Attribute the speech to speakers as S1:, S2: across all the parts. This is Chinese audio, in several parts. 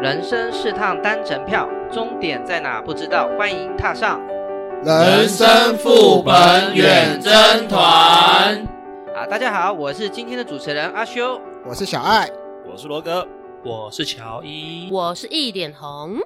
S1: 人生是趟单程票，终点在哪不知道，欢迎踏上。
S2: 人生副本远征团，
S1: 啊，大家好，我是今天的主持人阿修。
S2: 我是小爱。
S3: 我是罗哥，
S4: 我是乔伊，
S5: 我是一脸红，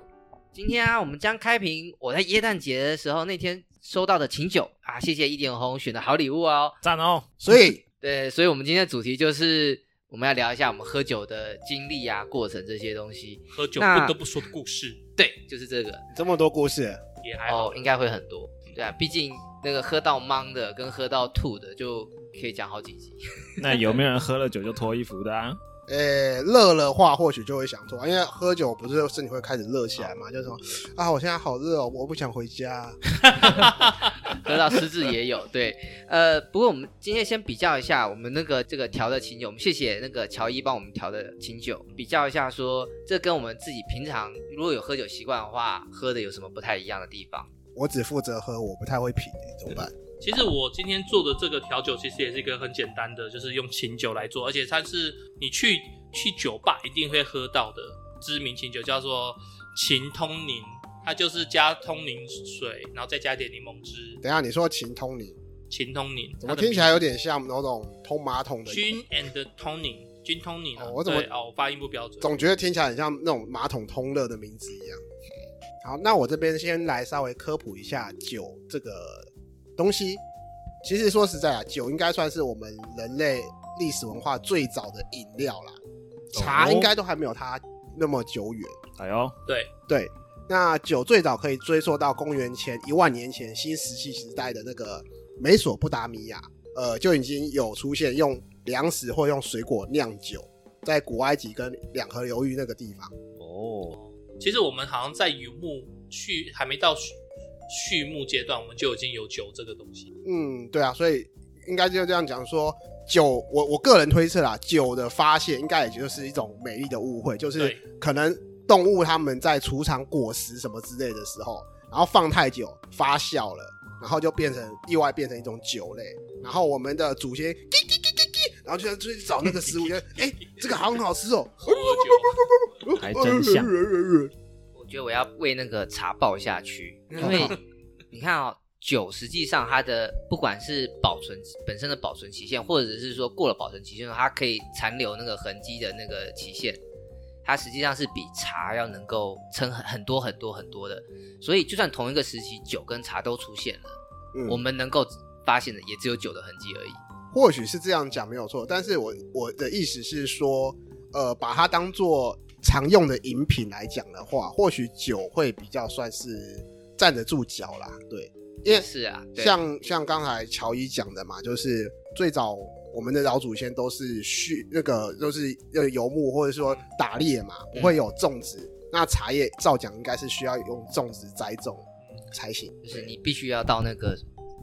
S1: 今天啊，我们将开瓶我在耶诞节的时候那天收到的琴酒啊，谢谢一点红选的好礼物哦。
S3: 赞哦！
S2: 所以
S1: 对，所以我们今天的主题就是我们要聊一下我们喝酒的经历啊、过程这些东西。
S4: 喝酒
S1: 那
S4: 不得不说的故事
S1: 对，就是这个
S2: 这么多故事，
S4: 也还好
S1: 哦，，应该会很多。对啊，毕竟那个喝到懵的跟喝到吐的就可以讲好几集。
S3: 那有没有人喝了酒就脱衣服的、啊？
S2: 呃，热的话或许就会想啊做，因为喝酒不是身体会开始热起来嘛，就是说啊，我现在好热哦，我不想回家。
S1: 喝到失智也有。对，呃，不过我们今天先比较一下我们那个这个调的琴酒，我们谢谢那个乔伊帮我们调的琴酒，比较一下说这跟我们自己平常如果有喝酒习惯的话，喝的有什么不太一样的地方？
S2: 我只负责喝，我不太会品，怎么办？
S4: 其实我今天做的这个调酒，其实也是一个很简单的，就是用琴酒来做，而且它是你去去酒吧一定会喝到的知名琴酒，叫做琴通宁，它就是加通宁水，然后再加一点柠檬汁，
S2: 等一下你说情通你，
S4: 琴通宁。
S2: 怎
S4: 它
S2: 么
S4: 的
S2: 听起来有点像某种通马桶的，
S4: gin and tonic gin tonic 啊？
S2: 哦我怎么
S4: 对哦，我发音不标准。
S2: 总觉得听起来很像那种马桶通热的名字一样。好，那我这边先来稍微科普一下酒这个东西。其实说实在啊，酒应该算是我们人类历史文化最早的饮料啦，茶应该都还没有它那么久远。
S3: 哎呦，
S4: 对，
S2: 对，那酒最早可以追溯到公元前一万年前新石器时代的那个美索不达米亚，呃，就已经有出现用粮食或用水果酿酒，在古埃及跟两河流域那个地方。
S3: 哦，
S4: 其实我们好像在游牧畜还没到畜畜牧阶段，我们就已经有酒这个东西。
S2: 嗯，对啊，所以应该就这样讲说。酒，我我个人推测啦，酒的发现应该也就是一种美丽的误会，就是
S4: 对
S2: 可能动物它们在储藏果实什么之类的时候，然后放太久发酵了，然后就变成意外变成一种酒类，然后我们的祖先滴滴滴滴滴，然后就去找那个食物，就哎、这个好像很好吃哦、
S4: 喝酒，
S3: 还真像
S1: 我觉得我要为那个茶爆下去，因 为你看哦，酒实际上它的不管是保存本身的保存期限，或者是说过了保存期限，它可以残留那个痕迹的那个期限，它实际上是比茶要能够撑很很多很多很多的。所以就算同一个时期，酒跟茶都出现了，
S2: 嗯
S1: 我们能够发现的也只有酒的痕迹而已。
S2: 或许是这样讲没有错，但是我我的意思是说，呃，把它当做常用的饮品来讲的话，或许酒会比较算是站得住脚啦。对，因为
S1: 是啊，对
S2: 像像刚才乔伊讲的嘛，就是最早我们的老祖先都是畜那个就是呃游牧或者说打猎嘛，
S1: 嗯
S2: 不会有种植。那茶叶照讲应该是需要用种植栽种才行。
S1: 就是你必须要到那个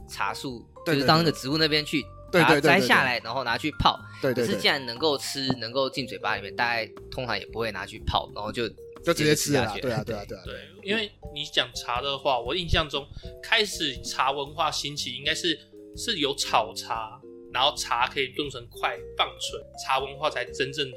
S1: 茶树，
S2: 对
S1: 就是
S2: 对
S1: 到
S2: 对
S1: 那个植物那边去，
S2: 对
S1: 把它
S2: 对对
S1: 摘
S2: 对
S1: 下
S2: 对
S1: 来，然后拿去泡。
S2: 对
S1: 可
S2: 对
S1: 是既
S2: 对，
S1: 然能够吃，能够进嘴巴里面，大概通常也不会拿去泡，然后就
S2: 就直接吃了
S1: 下
S2: 啦。
S1: 去。
S2: 对啊，对啊，对啊。
S4: 对，因为你讲茶的话，我印象中开始茶文化兴起，应该是是有炒茶，然后茶可以炖成块棒醇，茶文化才真正的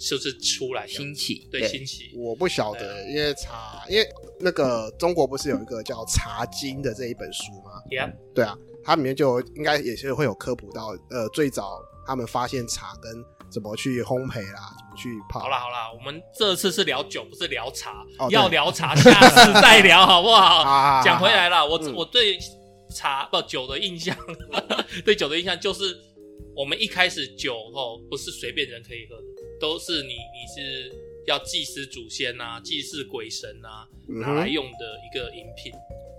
S4: 就是出来这样
S1: 兴起，
S4: 对兴起。
S2: 我不晓
S4: 啊
S2: 得，因为茶，因为那个中国不是有一个叫《茶经》的这一本书吗？
S4: Yeah，
S2: 对啊，它里面就有应该也是会有科普到，呃，最早他们发现茶跟怎么去烘焙啦，怎么去泡。
S4: 好啦，好啦，我们这次是聊酒，不是聊茶，
S2: 哦对
S4: 要聊茶下次再聊好不好？
S2: 啊，
S4: 讲回来了，我、
S2: 嗯
S4: 我对茶不酒的印象，对酒的印象就是，我们一开始酒哦不是随便人可以喝的，都是你你是要祭祀祖先呐、祭祀鬼神呐、
S2: 嗯
S4: 拿来
S2: 哼，
S4: 用的一个饮品。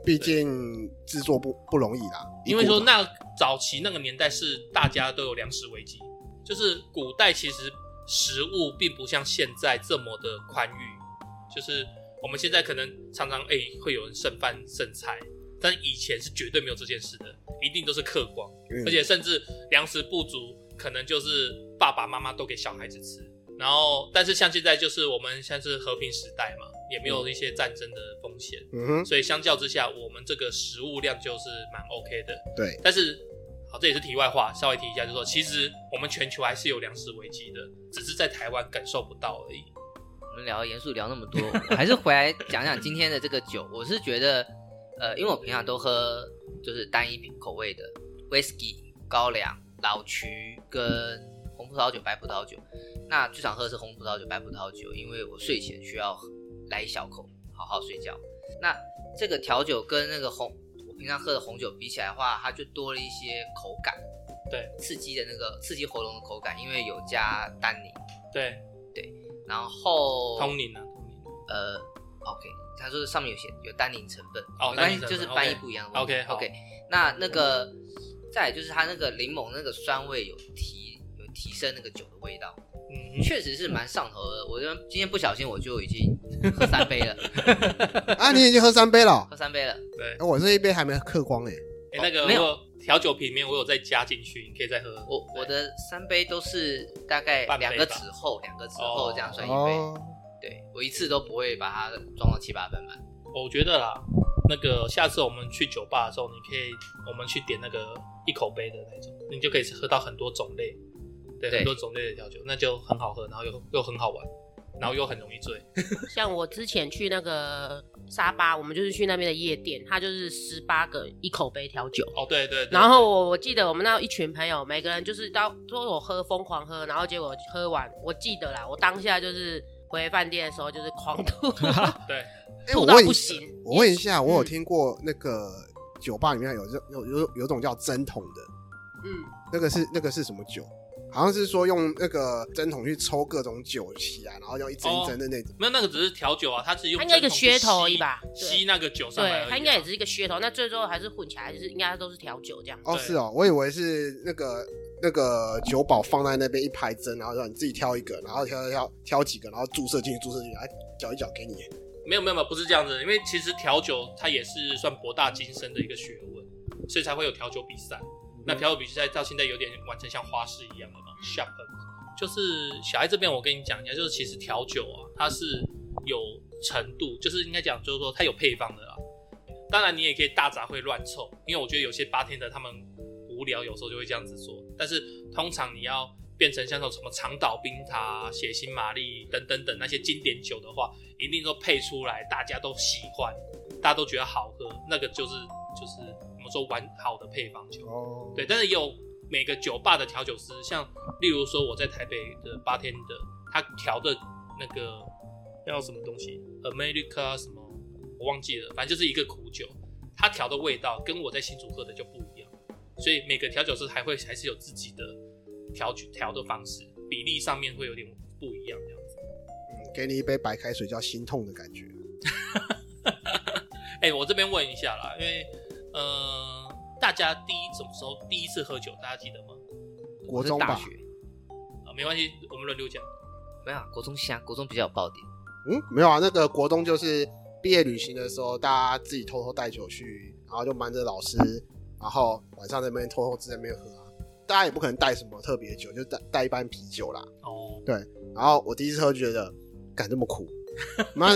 S2: 毕竟制作不不容易啦。
S4: 因为说
S2: 一股
S4: 那早期那个年代是大家都有粮食危机，就是古代其实食物并不像现在这么的宽裕，就是我们现在可能常常哎、会有人剩饭剩菜，但以前是绝对没有这件事的，一定都是嗑光，
S2: 嗯
S4: 而且甚至粮食不足，可能就是爸爸妈妈都给小孩子吃。然后，但是像现在就是我们像是和平时代嘛，也没有一些战争的风险，
S2: 嗯哼，
S4: 所以相较之下，我们这个食物量就是蛮 OK 的。
S2: 对，
S4: 但是好，这也是题外话，稍微提一下，就是说，其实我们全球还是有粮食危机的，只是在台湾感受不到而已。
S1: 们聊严肃聊那么多，我还是回来讲讲今天的这个酒。我是觉得，呃，因为我平常都喝就是单一品口味的 whisky、高粱、老曲跟红葡萄酒、白葡萄酒。那最常喝的是红葡萄酒、白葡萄酒，因为我睡前需要来一小口，好好睡觉。那这个调酒跟那个红我平常喝的红酒比起来的话，它就多了一些口感，
S4: 对，
S1: 刺激的那个刺激喉咙的口感，因为有加单宁。
S4: 对，
S1: 然后
S4: 通灵啊，通灵。
S1: 呃，OK，他说上面有写有单宁成分，
S4: 哦
S1: 没关系，
S4: 单宁成分
S1: 就是翻译不一样的问题。
S4: OK，好
S1: OK，那那个再来就是它那个柠檬那个酸味有提有提升那个酒的味道，
S4: 嗯哼，
S1: 确实是蛮上头的。我就今天不小心我就已经喝三杯了，
S2: 啊，你已经喝三杯了 哦、
S1: 喝三杯了。
S4: 对，
S2: 哎我这一杯还没嗑光哎、
S4: 哎、那个
S1: 没有
S4: 我有调酒瓶里面我有再加进去，你可以再喝。哎
S1: 我我的三杯都是大概
S4: 半杯
S1: 两个
S4: 吧
S1: 指后，两个指
S4: 哦
S1: 后这样算一杯。
S2: 哦，
S1: 对我一次都不会把它装到七八分满。
S4: 我觉得啦，那个下次我们去酒吧的时候，你可以我们去点那个一口杯的那种，你就可以喝到很多种类，对，
S1: 对
S4: 很多种类的调酒，那就很好喝，然后又又很好玩，然后又很容易醉。
S5: 像我之前去那个沙巴，我们就是去那边的夜店，它就是十八个一口杯调酒。
S4: 哦，对对对
S5: 然后我我记得我们那一群朋友，每个人就是到说我喝疯狂喝，然后结果喝完，我记得啦，我当下就是回饭店的时候就是狂吐，
S4: 对
S2: 哎、
S5: 吐
S2: 我
S5: 到
S2: 问
S5: 不
S2: 一
S5: 行。
S2: 我问一下，我有
S5: 嗯
S2: 听过那个酒吧里面有这有有有种叫针筒的，
S5: 嗯，
S2: 那个是那个是什么酒？好像是说用那个针筒去抽各种酒起来，然后要一针一针
S4: 哦
S2: 的那种。
S4: 没有那个只是调酒啊，它只是用
S5: 它应该一个
S4: 针筒去
S5: 噱头而
S4: 吸
S5: 已吧？
S4: 吸
S5: 对，
S4: 那个酒上来而已啊、
S5: 对，它应该也只是一个噱头，那最后还是混起来，就是应该都是调酒这样。
S2: 哦，
S4: 对
S2: 是哦，我以为是那个那个酒保放在那边一排针，然后让你自己挑一个，然后挑挑挑挑几个，然后注射进去，注射进去，哎，搅一搅给你。
S4: 没有没有没有，不是这样子，因为其实调酒它也是算博大精深的一个学问，所以才会有调酒比赛。那调酒比赛到现在有点玩成像花式一样了嘛，shop。就是小爱这边，我跟你讲一下，就是其实调酒啊，它是有程度，就是应该讲就是说它有配方的啦。当然你也可以大杂烩乱凑，因为我觉得有些八天的他们无聊，有时候就会这样子做。但是通常你要变成像那种什么长岛冰茶、血腥玛丽等等等那些经典酒的话，一定都配出来，大家都喜欢，大家都觉得好喝，那个就是就是我们说完好的配方酒。
S2: 哦，
S4: 对，，但是也有每个酒吧的调酒师，像例如说我在台北的八天的，他调的那个叫什么东西，America 什么我忘记了，反正就是一个苦酒，他调的味道跟我在新竹喝的就不一样，所以每个调酒师还会还是有自己的调酒调的方式，比例上面会有点不一样这样子。
S2: 嗯，给你一杯白开水叫心痛的感觉。
S4: 哎、我这边问一下啦，因为呃，大家第一什么时候第一次喝酒，大家记得吗？
S2: 国
S1: 是
S2: 中
S1: 大
S2: 吧，
S1: 学
S4: 啊，没关系，我们轮流讲。
S1: 没有啊国中香，国中比较有爆点。
S2: 嗯，没有啊，那个国中就是毕业旅行的时候，大家自己偷偷带酒去，然后就瞒着老师，然后晚上在那边偷偷在那边喝啊。大家也不可能带什么特别酒，就带带一般啤酒啦。
S4: 哦，
S2: 然后我第一次喝就觉得，敢这么苦， 妈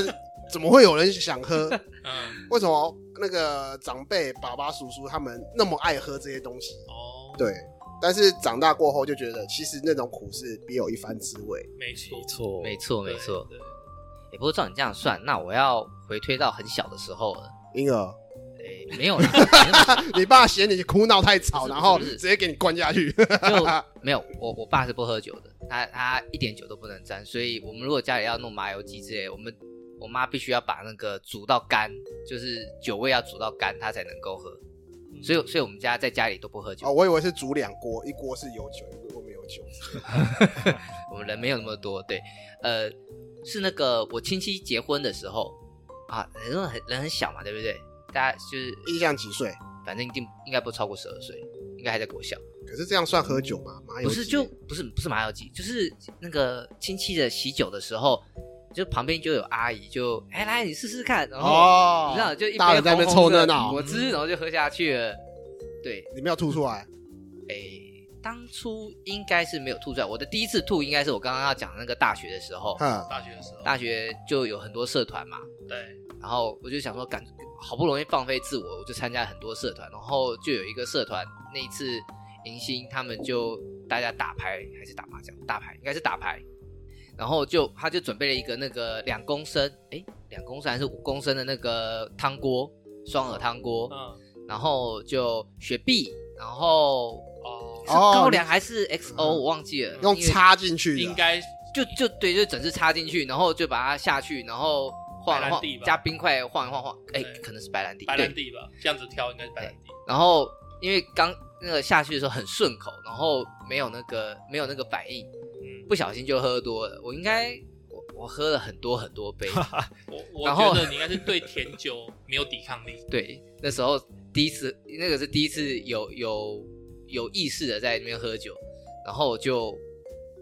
S2: 怎么会有人想喝？
S4: 嗯，
S2: 为什么那个长辈、爸爸、叔叔他们那么爱喝这些东西？
S4: 哦，，
S2: 对，但是长大过后就觉得，其实那种苦是别有一番滋味。
S4: 没错
S3: 没，错，
S1: 没错，没
S4: 对
S1: 错。
S4: 对
S1: 也不过照你这样算，那我要回推到很小的时候了。
S2: 婴儿，
S1: 诶，没有啦，没有
S2: 你爸嫌你哭闹太吵，
S1: 不是
S2: 然后
S1: 不是
S2: 直接给你灌下去。
S1: 就没有，我我爸是不喝酒的，他他一点酒都不能沾，所以我们如果家里要弄麻油鸡之类，我们我妈必须要把那个煮到干，就是酒味要煮到干，她才能够喝。
S4: 嗯
S1: 所以所以我们家在家里都不喝酒，
S2: 哦，我以为是煮两锅，一锅是有酒，一锅没有酒。
S1: 我们人没有那么多。对，呃，是那个我亲戚结婚的时候啊，人很人很小嘛，对不对？大家就是
S2: 印象几岁？
S1: 反正一定应该不超过十二岁，应该还在国小。
S2: 可是这样算喝酒吗？麻油
S1: 不是
S2: 鸡
S1: 就不是不是麻油鸡，就是那个亲戚的喜酒的时候，就旁边就有阿姨就哎、来你试试看，然后、
S2: 哦
S1: 你知道就一杯
S2: 大人在那边凑热闹嗯
S1: 红红的果汁，然后就喝下去了。对，
S2: 你没有吐出来。
S1: 哎、当初应该是没有吐出来，我的第一次吐应该是我刚刚要讲的那个大学的时候，
S2: 哈，
S4: 大学的时候，
S1: 大学就有很多社团嘛，
S4: 对，
S1: 然后我就想说，感好不容易放飞自我，我就参加很多社团，然后就有一个社团，那一次迎新他们就大家打牌还是打麻将，打牌应该是打牌，然后就他就准备了一个那个两公升，哎，两公升还是五公升的那个汤锅，双耳汤锅，
S4: 嗯，
S1: 然后就雪碧，然后
S4: 哦
S1: 是，
S2: 哦
S1: 高粱还是 XO、
S2: 嗯
S1: 我忘记了，
S2: 用
S1: 因为
S2: 插进去的，
S4: 应该
S1: 就就对，就整只插进去，然后就把它下去，然后晃
S4: 白
S1: 一
S4: 兰
S1: 晃
S4: 地吧，
S1: 加冰块晃一晃晃，哎
S4: 对，
S1: 可能是白兰地，
S4: 白
S1: 对
S4: 兰地吧，这样子挑应该是白兰地。
S1: 然后因为刚那个下去的时候很顺口，然后没有那个没有那个反应，
S4: 嗯，
S1: 不小心就喝多了。我应该我我喝了很多很多 杯，
S4: 我我
S1: 然后
S4: 觉得你应该是对甜酒没有抵抗力。
S1: 对，那时候第一次那个是第一次有有有意识的在那边喝酒，然后我就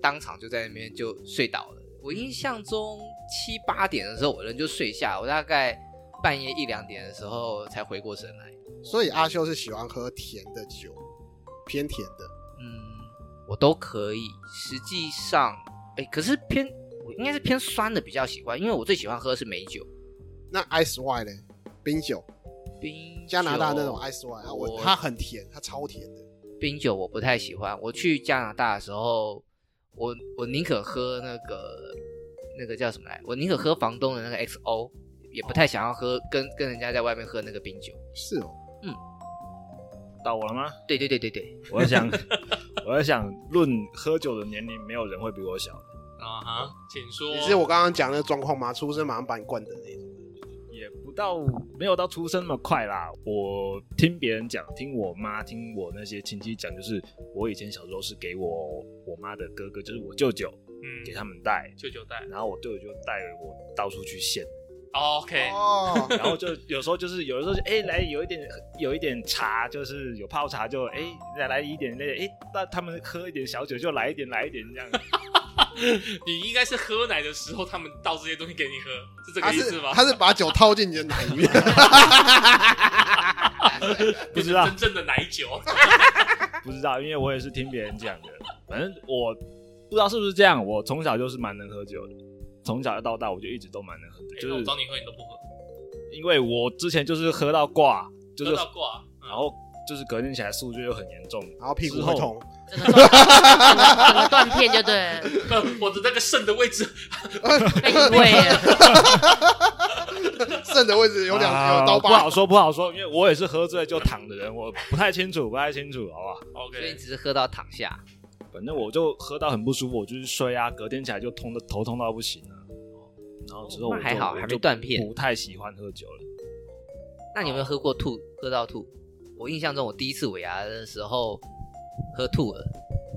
S1: 当场就在那边就睡倒了。我印象中七八点的时候我人就睡下，我大概半夜一两点的时候才回过神来。
S2: 所以阿修是喜欢喝甜的酒，偏甜的。
S1: 嗯，我都可以。实际上，哎、可是偏我应该是偏酸的比较喜欢，因为我最喜欢喝是美酒，
S2: 那 ice wine 呢？冰酒，
S1: 冰酒
S2: 加拿大那种 ice wine，啊我
S1: 我
S2: 它很甜，它超甜的。
S1: 冰酒我不太喜欢。我去加拿大的时候，我我宁可喝那个那个叫什么来，我宁可喝房东的那个 XO，也不太想要喝跟跟人家在外面喝那个冰酒。
S2: 是哦，
S3: 到我了吗？
S1: 对对对对对，
S3: 我想，我想论喝酒的年龄，没有人会比我小的，
S4: 啊哈，请说。
S2: 你是我刚刚讲的状况吗？出生马上把你灌的那种。
S3: 也不到没有到出生那么快啦。我听别人讲，听我妈，听我那些亲戚讲，就是我以前小时候是给我我妈的哥哥，就是我舅舅
S4: 嗯
S3: 给他们带，
S4: 舅舅带。
S3: 然后我舅舅就带我到处去献，
S4: 哦 OK，
S2: 哦，
S3: 然后就有时候就是有的时候就哎、来有一点有一点茶，就是有泡茶就哎、来来一点那哎、那他们喝一点小酒就来一点来一点这样，
S4: 你应该是喝奶的时候，他们倒这些东西给你喝，是这个
S2: 他
S4: 意思
S2: 是
S4: 吗？
S2: 他是把酒套进你的奶里面。
S3: 不知道
S4: 真正的奶酒。
S3: 不知道，因为我也是听别人讲的。反正我不知道是不是这样，我从小就是蛮能喝酒的，从小到大我就一直都蛮能喝酒，
S4: 哎那
S3: 就
S4: 我
S3: 是
S4: 找你喝，你都不喝，
S3: 因为我之前就是喝到挂，就是
S4: 喝到挂。 嗯
S3: 然后就是隔天起来宿醉又很严重，
S2: 然后屁股会
S3: 之
S2: 痛
S3: 后，
S5: 整个断整个断片就对了，
S4: 不我的那个肾的位置，
S5: 被移位了，
S2: 肾的位置有两
S3: 啊
S2: 有刀
S3: 不
S2: 疤
S3: 好。说不好说，因为我也是喝醉就躺的人，我不太清楚不太清楚，好不好？
S1: 所以你
S4: OK，
S1: 只是喝到躺下。
S3: 反正我就喝到很不舒服，我就是睡啊，隔天起来就痛的头痛到不行啊。然后之后
S1: 哦
S3: 我
S1: 那
S3: 就
S1: 还好
S3: 我就
S1: 还没断片
S3: 不太喜欢喝酒了。
S1: 那你有没有喝过吐？喝到吐？我印象中我第一次尾牙的时候喝吐了，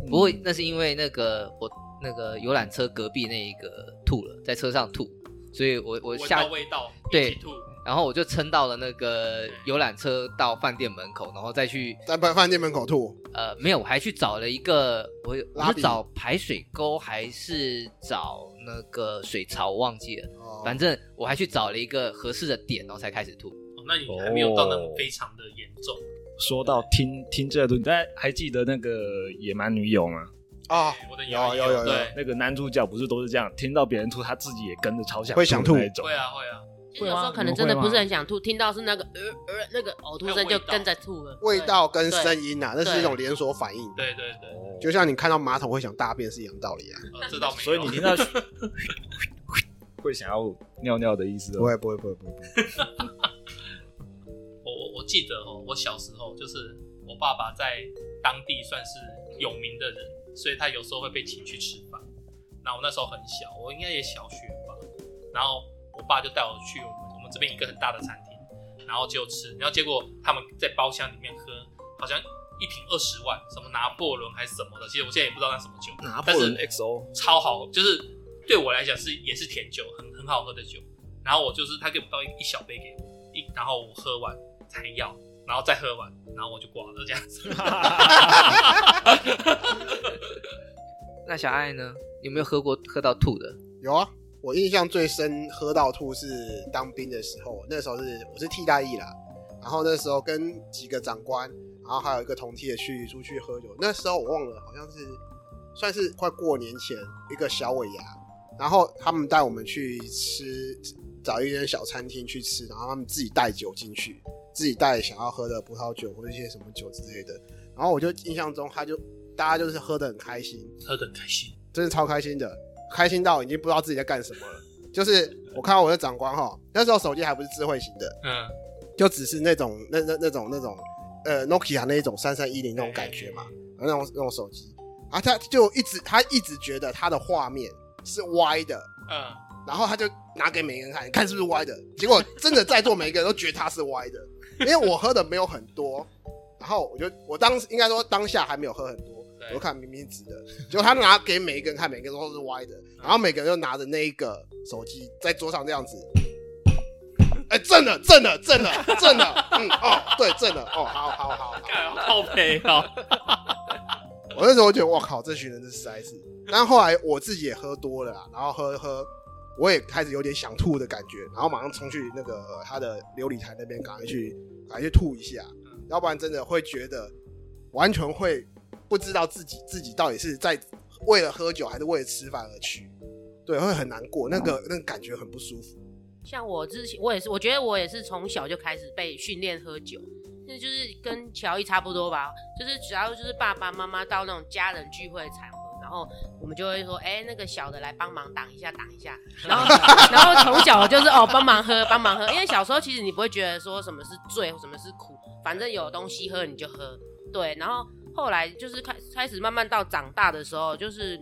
S1: 不过那是因为那个我那个游览车隔壁那一个吐了，在车上吐，所以我我
S4: 闻
S1: 下
S4: 到味道，
S1: 对
S4: 一起吐。哦
S1: 然后我就撑到了那个游览车到饭店门口，然后再去
S2: 在饭饭店门口吐，
S1: 呃没有，我还去找了一个我我
S2: 拉
S1: 是
S2: 比
S1: 找排水沟还是找那个水槽我忘记了，
S2: 哦
S1: 反正我还去找了一个合适的点，然后才开始吐。
S4: 哦那你还没有到那
S1: 哦
S4: 么非常的严重。
S3: 说到听听这段，你大家还记得那个野蛮女友吗？
S2: 哦，
S4: 我的
S2: 有
S4: 牙
S2: 有有有
S4: 对，
S3: 那个男主角不是都是这样，听到别人吐，他自己也跟着超想
S2: 会想
S3: 吐的那
S2: 吐
S3: 一种。
S4: 会啊会啊，
S5: 有时候可能真的不是很想吐，听到是那个呃呃那个呕吐声就跟着吐了，
S2: 味道跟
S5: 对
S2: 声音啊，那是一种连锁反应。
S4: 对对对，
S2: 就像你看到马桶会想大便是一样道理啊。
S4: 呃这倒没有。
S3: 所以你听到会想要尿尿的意思
S2: 不
S3: 哦。
S2: 会不会不会不会，
S4: 我我我记得哦，我小时候就是我爸爸在当地算是有名的人，所以他有时候会被请去吃饭。那我那时候很小，我应该也小学吧。然后我爸就带我去我们我们这边一个很大的餐厅，然后就吃。然后结果他们在包厢里面喝，好像一瓶二十万，什么拿破仑还是什么的，其实我现在也不知道那什么酒，
S3: 拿
S4: 但
S3: 破
S4: 是
S3: 仑 XO
S4: 超好，就是对我来讲是也是甜酒，很很好喝的酒。然后我就是他给我倒一一小杯给我，一然后我喝完才要，然后再喝完，然后我就挂了这样子。
S1: 那小爱呢？有没有喝过喝到吐的？
S2: 有啊。我印象最深喝到吐是当兵的时候，那时候是我是替代役啦，然后那时候跟几个长官，然后还有一个同梯的去出去喝酒。那时候我忘了，好像是算是快过年前一个小尾牙，然后他们带我们去吃，找一间小餐厅去吃，然后他们自己带酒进去，自己带想要喝的葡萄酒或者一些什么酒之类的。 然后我就印象中，他就大家就是喝的很开心，
S4: 喝的很开心，
S2: 真的超开心的。开心到已经不知道自己在干什么了。就是我看到我的长官哈，那时候手机还不是智慧型的，
S4: 嗯，
S2: 就只是那种那那那种那种呃 Nokia 那一种三三一零那种感觉嘛，那种那种手机啊，他就一直他一直觉得他的画面是歪的，
S4: 嗯，
S2: 然后他就拿给每个人看，看是不是歪的。结果真的在座每一个人都觉得他是歪的，因为我喝的没有很多，然后我就我当时应该说当下还没有喝很多，我
S4: 对
S2: 就，看明明直的，结果他拿给每一个人看，每个人都是歪的，然后每个人就拿着那一个手机在桌上这样子。哎，正了，正了，正了，正了，嗯，哦，对，正了，哦，好好好好，
S4: 干好赔 哦，
S2: 我那时候觉得，我靠，这群人真是实在是。但后来我自己也喝多了啦，啊然后喝一喝，我也开始有点想吐的感觉，然后马上冲去那个呃他的琉璃台那边，赶快去赶快去吐一下，
S5: 嗯
S2: 要不然真的会觉得完全会不知道自己自己到底是在为了喝酒还是为了吃饭而去，对，会很难过，那个那个感觉很不舒服。
S5: 像我之前，我也是，我觉得我也是从小就开始被训练喝酒，那就是跟乔伊差不多吧，就是只要就是爸爸妈妈到那种家人聚会的场合，然后我们就会说，哎、那个小的来帮忙挡一下，挡一下，然后然后从小就是哦帮忙喝，帮忙喝，因为小时候其实你不会觉得说什么是醉，什么是苦，反正有东西喝你就喝，对，然后后来就是开开始慢慢到长大的时候，就是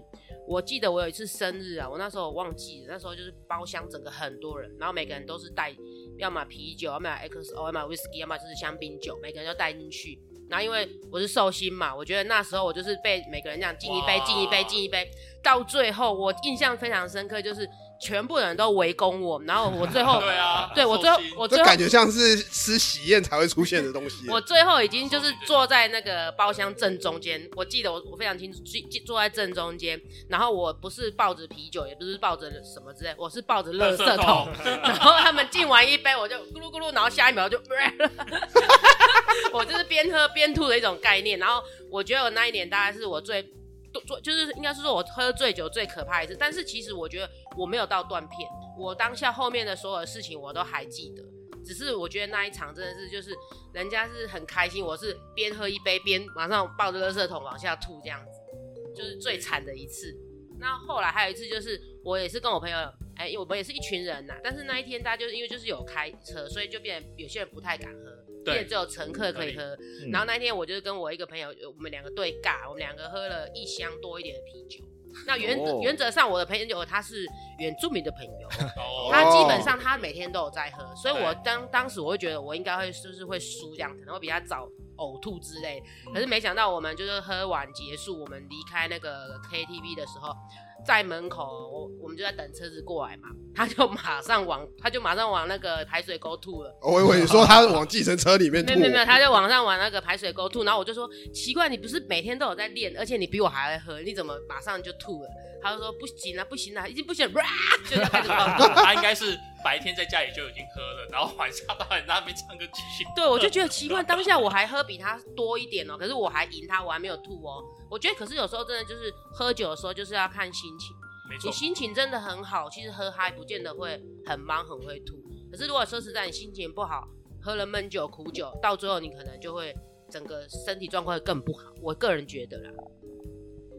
S5: 我记得我有一次生日啊，我那时候我忘记了，那时候就是包厢整个很多人，然后每个人都是带，要么啤酒，要么 XO，要么 whisky，要么就是香槟酒，每个人都带进去。然后因为我是寿星嘛，我觉得那时候我就是被每个人这样敬一杯
S4: 哇，
S5: 敬一杯，敬一杯，到最后我印象非常深刻，就是全部人都围攻我，然后我最后
S4: 对啊，
S5: 对我最后我
S2: 这
S5: 最后
S2: 感觉像是吃喜宴才会出现的东西。
S5: 我最后已经就是坐在那个包厢正中间，我记得我我非常清楚，记记坐在正中间，然后我不是抱着啤酒，也不是抱着什么之类，我是抱着垃圾桶，然后他们敬完一杯，我就咕噜咕噜，然后下一秒就， 我就是边喝边吐的一种概念。然后我觉得我那一年大概是我最多做，就是应该是说我喝醉酒最可怕一次。但是其实我觉得我没有到断片，我当下后面的所有事情我都还记得。只是我觉得那一场真的是，就是人家是很开心，我是边喝一杯边马上抱着垃圾桶往下吐这样子，就是最惨的一次。那后来还有一次，就是我也是跟我朋友，哎、我们也是一群人呐、但是那一天大家就是因为就是有开车，所以就变得有些人不太敢喝，
S4: 对
S5: 也只有乘客可以喝。
S3: 嗯
S5: 然后那一天我就是跟我一个朋友，呃我们两个对尬，我们两个喝了一箱多一点的啤酒。那原则、
S3: 哦
S5: 原则上，我的朋友他是原住民的朋友，
S4: 哦
S5: 他基本上他每天都有在喝，所以我当当时我会觉得我应该会就是会输这样，可能会比他早呕吐之类。
S3: 嗯
S5: 可是没想到我们就是喝完结束，我们离开那个 KTV 的时候，在门口我我们就在等车子过来嘛，他就马上往他就马上往那个排水沟吐了。
S2: 我以为你说他往计程车里面吐，
S5: 没有没有没有，他就往上往那个排水沟吐，然后我就说奇怪，你不是每天都有在练，而且你比我还会喝，你怎么马上就吐了？他就说不行啊，不行啊，已经不行了，就要开始爆吐。
S4: 他应该是白天在家里就已经喝了，然后晚上到人家那边唱歌继续。
S5: 对，我就觉得奇怪，当下我还喝比他多一点哦、可是我还赢他，我还没有吐哦、我觉得，可是有时候真的就是喝酒的时候，就是要看心情。
S4: 没错
S5: 你，心情真的很好，其实喝嗨不见得会很忙很会吐。可是如果说实在你心情不好，喝了闷酒苦酒，到最后你可能就会整个身体状况会更不好。我个人觉得啦，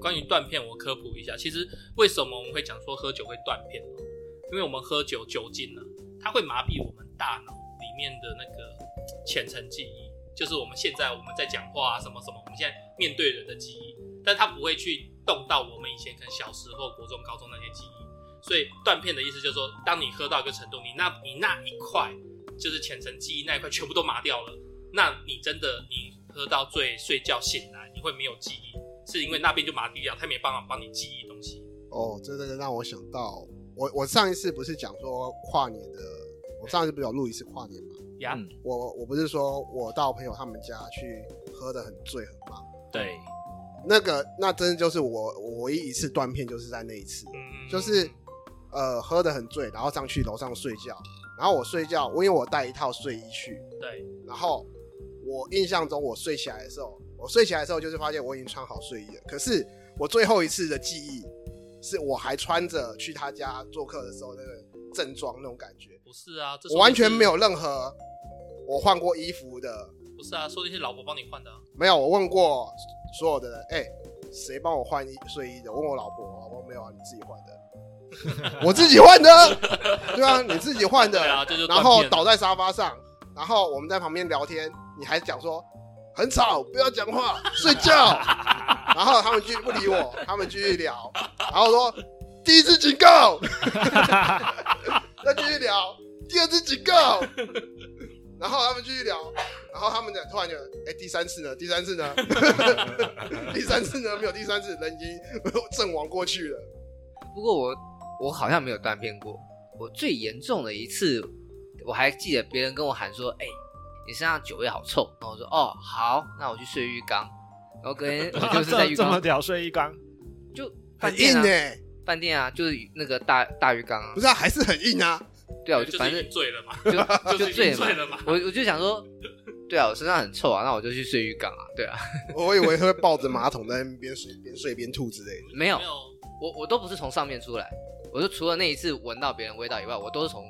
S4: 关于断片，我科普一下，其实为什么我们会讲说喝酒会断片呢？因为我们喝酒酒精呢，它会麻痹我们大脑里面的那个浅层记忆，就是我们现在我们在讲话啊什么什么，我们现在面对人的记忆，但它不会去动到我们以前可能小时候、国中、高中那些记忆。所以断片的意思就是说，当你喝到一个程度，你那你那一块就是浅层记忆那一块全部都麻掉了，那你真的你喝到醉睡觉醒来，你会没有记忆。是因为那边就麻痹掉，他没办法帮你记忆东西。
S2: 哦，这真的让我想到，我我上一次不是讲说跨年的，我上一次不是有录一次跨年嘛？
S4: 呀、
S3: 嗯
S2: 我我不是说我到朋友他们家去喝的很醉很忙，
S3: 嗯对，
S2: 那个那真的就是我我唯一一次断片就是在那一次，
S4: 嗯
S2: 就是呃喝的很醉，然后上去楼上睡觉，然后我睡觉，我因为我带一套睡衣去，
S4: 对，
S2: 然后我印象中我睡起来的时候，我睡起来的时候就是发现我已经穿好睡衣了，可是我最后一次的记忆是我还穿着去他家做客的时候那个正装那种感觉，
S4: 不是啊，这
S2: 我完全没有，任何我换过衣服的，
S4: 不是啊，说这些老婆帮你换的、啊，
S2: 没有我问过所有的人，哎、谁帮我换衣睡衣的？我问我老婆，我老婆没有啊，你自己换的，我自己换的， 对啊，你自己换的，
S4: 对啊，这就
S2: 然后
S4: 断片
S2: 倒在沙发上，然后我们在旁边聊天，你还讲说很吵，不要讲话，睡 觉。然后他们继续不理我，他们继续聊，然后说第一次警 告，再继续聊，第二次警告，然后他们继续聊，然后他们讲突然就哎第三次呢？第三次 呢？第三次呢？没有第三次，人已经 阵亡过去了。
S1: 不过我我好像没有断片过。我最严重的一次，我还记得别人跟我喊说：“哎、你身上酒味好臭。”然后我说：“哦，好，那我去睡浴缸。”然后跟 我就是在浴
S3: 这么
S1: 缸，
S3: 屌睡一缸，
S1: 就饭
S2: 很
S1: 店
S2: 硬
S1: 啊
S2: 呢、，
S1: 饭店啊，就是那个大大浴缸啊
S2: 不。是、啊，还是很硬啊。
S1: 对啊，我就
S4: 就
S1: 是反
S4: 已
S1: 正
S4: 经醉了嘛，
S1: 就 就
S4: 就
S1: 是
S4: 已
S1: 醉
S4: 经
S1: 了
S4: 醉
S1: 嘛。
S4: 了嘛。
S1: 我我就想说，对啊，我身上很臭啊，那我就去睡浴缸啊。对啊，
S2: 我以为会抱着马桶在那边睡，边睡边吐之类的。
S1: 没有
S4: 没，有，
S1: 我我都不是从上面出来，我就除了那一次闻到别人味道以外，我都是从